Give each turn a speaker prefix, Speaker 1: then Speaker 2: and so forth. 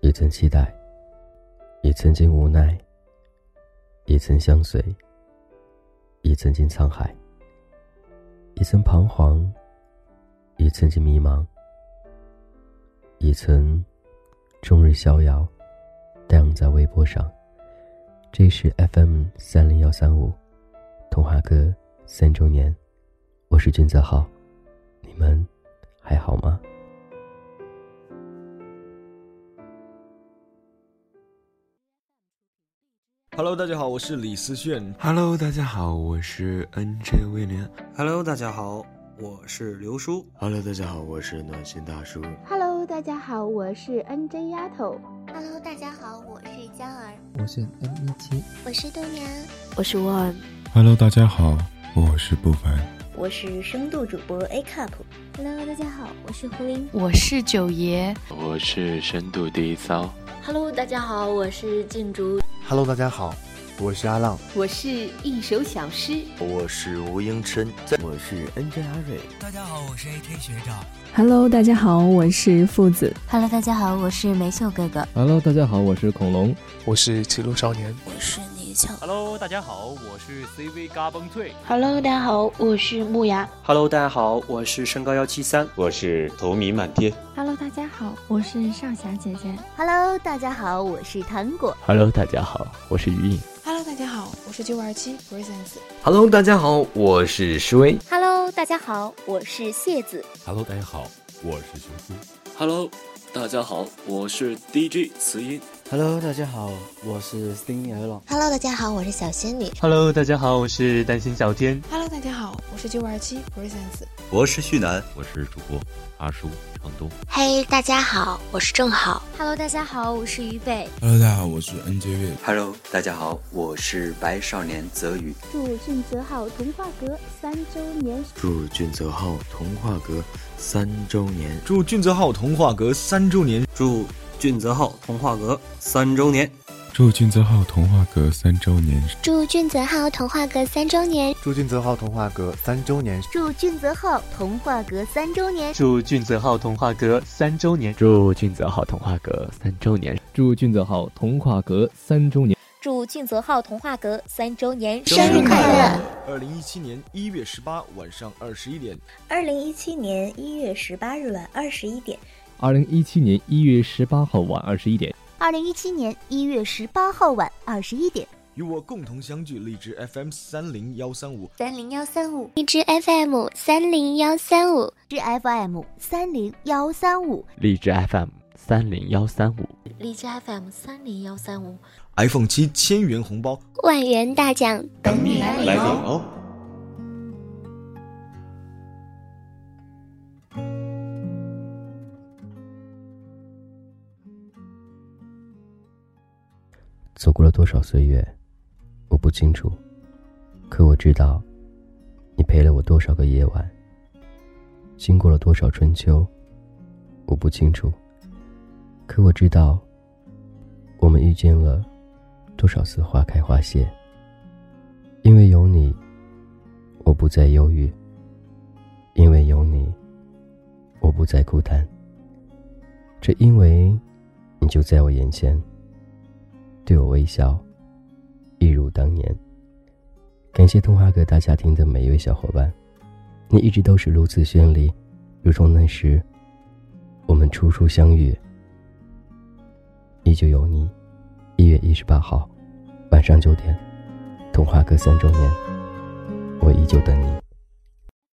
Speaker 1: 也曾期待，也曾经无奈，也曾相随，也曾经沧海，也曾彷徨，也曾经迷茫，也曾终日逍遥，荡在微波上。这是 FM 三零幺三五，童话哥三周年，我是君泽浩，你们还好吗？
Speaker 2: Hello，大家好，我是李思炫。
Speaker 3: Hello，大家好，我是 NJ 威廉。
Speaker 4: Hello，大家好，我是刘叔。
Speaker 5: Hello，大家好，我是暖心大叔。
Speaker 6: Hello，大家好，我是 NJ 丫头。
Speaker 7: Hello，大家好，我是江儿。
Speaker 8: 我是 M 一七。
Speaker 7: 我是豆娘。
Speaker 9: 我是 One。
Speaker 10: Hello，大家好，我是不凡。
Speaker 11: 我是深度主播 A Cup。
Speaker 12: Hello，大家好，我是胡林。
Speaker 13: 我是九爷。
Speaker 14: 我是深度第一骚。
Speaker 15: Hello，大家好，我是静竹。
Speaker 16: Hello，大家好，我是阿浪，
Speaker 17: 我是一首小诗，
Speaker 18: 我是吴英琛，
Speaker 19: 我是 NJ 阿瑞。
Speaker 20: 大家好，我是 AK 学长。
Speaker 10: Hello，大家好，我是父子。
Speaker 1: Hello，大家好，我是梅秀哥哥。
Speaker 5: Hello，大家好，我是恐龙，
Speaker 2: 我是歧路少年，
Speaker 8: 我是泥鳅。
Speaker 7: Hello，大家好，我是 CV 嘎嘣脆。
Speaker 3: Hello，大家好，我是木牙。
Speaker 6: Hello，大家好，我是身高幺七三，
Speaker 12: 我是头迷满天。
Speaker 9: Hello，大家好，我是少霞姐姐。
Speaker 14: Hello，大家好，我是糖果。
Speaker 18: Hello，大家好，我是于颖。
Speaker 17: Hello，大家好，我是九五二七 Presence。
Speaker 13: Hello，大家好，我是施威。
Speaker 7: Hello，大家好，我是谢子。
Speaker 11: Hello，大家好，我是熊叔。
Speaker 19: Hello，大家好，我是 DJ 慈音。
Speaker 15: Hello，大家好，我是 Sing L。
Speaker 7: Hello，大家好，我是小仙女。
Speaker 21: Hello，大家好，我是担心小天。
Speaker 17: Hello，大家好，我是九五二七 Presence。
Speaker 22: 我是旭南，
Speaker 23: 我是主播阿叔。程东，
Speaker 7: 嘿，大家好，我是郑好。
Speaker 24: Hello，大家好，我是于北。
Speaker 25: Hello，大家好，我是 NJ 月。
Speaker 5: Hello，大家好，我是白少年泽宇。
Speaker 6: 祝俊泽浩童话阁三周年！
Speaker 5: 祝俊泽浩童话阁三周年！
Speaker 2: 祝俊泽浩童话阁三周年！
Speaker 4: 祝俊泽浩童话阁三周年！
Speaker 10: 祝俊泽浩童话阁三周年！
Speaker 7: 祝俊泽浩童话阁三周年！
Speaker 16: 祝俊泽浩童话阁三周年！
Speaker 14: 祝俊泽浩童话阁三周年！
Speaker 21: 祝俊泽浩童话阁三周年！
Speaker 18: 祝俊泽浩童话阁三周年！
Speaker 5: 祝俊泽浩童话阁三周年！
Speaker 7: 祝俊泽浩童话阁三周年生日快乐！
Speaker 2: 二零一七年一月十八晚上二十一点。
Speaker 11: 二零一七年一月十八日晚二十一点。
Speaker 5: 二零一七年一月十八号晚二十一点。
Speaker 14: 二零一七年一月十八号晚二十一点，
Speaker 2: 与我共同相聚荔枝 FM 三零幺三五
Speaker 7: 三零幺三五
Speaker 14: 荔枝 FM 三零幺三五
Speaker 7: 荔枝 FM 三零幺三五
Speaker 18: 荔枝 FM 三零幺三五
Speaker 7: 荔枝 FM 三零幺三五
Speaker 2: iPhone 七千元红包，
Speaker 7: 万元大奖等你来
Speaker 13: 嗯
Speaker 7: 领哦！
Speaker 1: 走过了多少岁月，我不清楚，可我知道，你陪了我多少个夜晚。经过了多少春秋，我不清楚，可我知道，我们遇见了多少次花开花谢。因为有你，我不再忧郁；因为有你，我不再孤单。这因为，你就在我眼前。对我微笑，一如当年。感谢童话阁大家庭的每一位小伙伴，你一直都是如此绚丽，如同那时我们初初相遇。依旧有你，一月一十八号晚上九点，童话阁三周年，我依旧等你。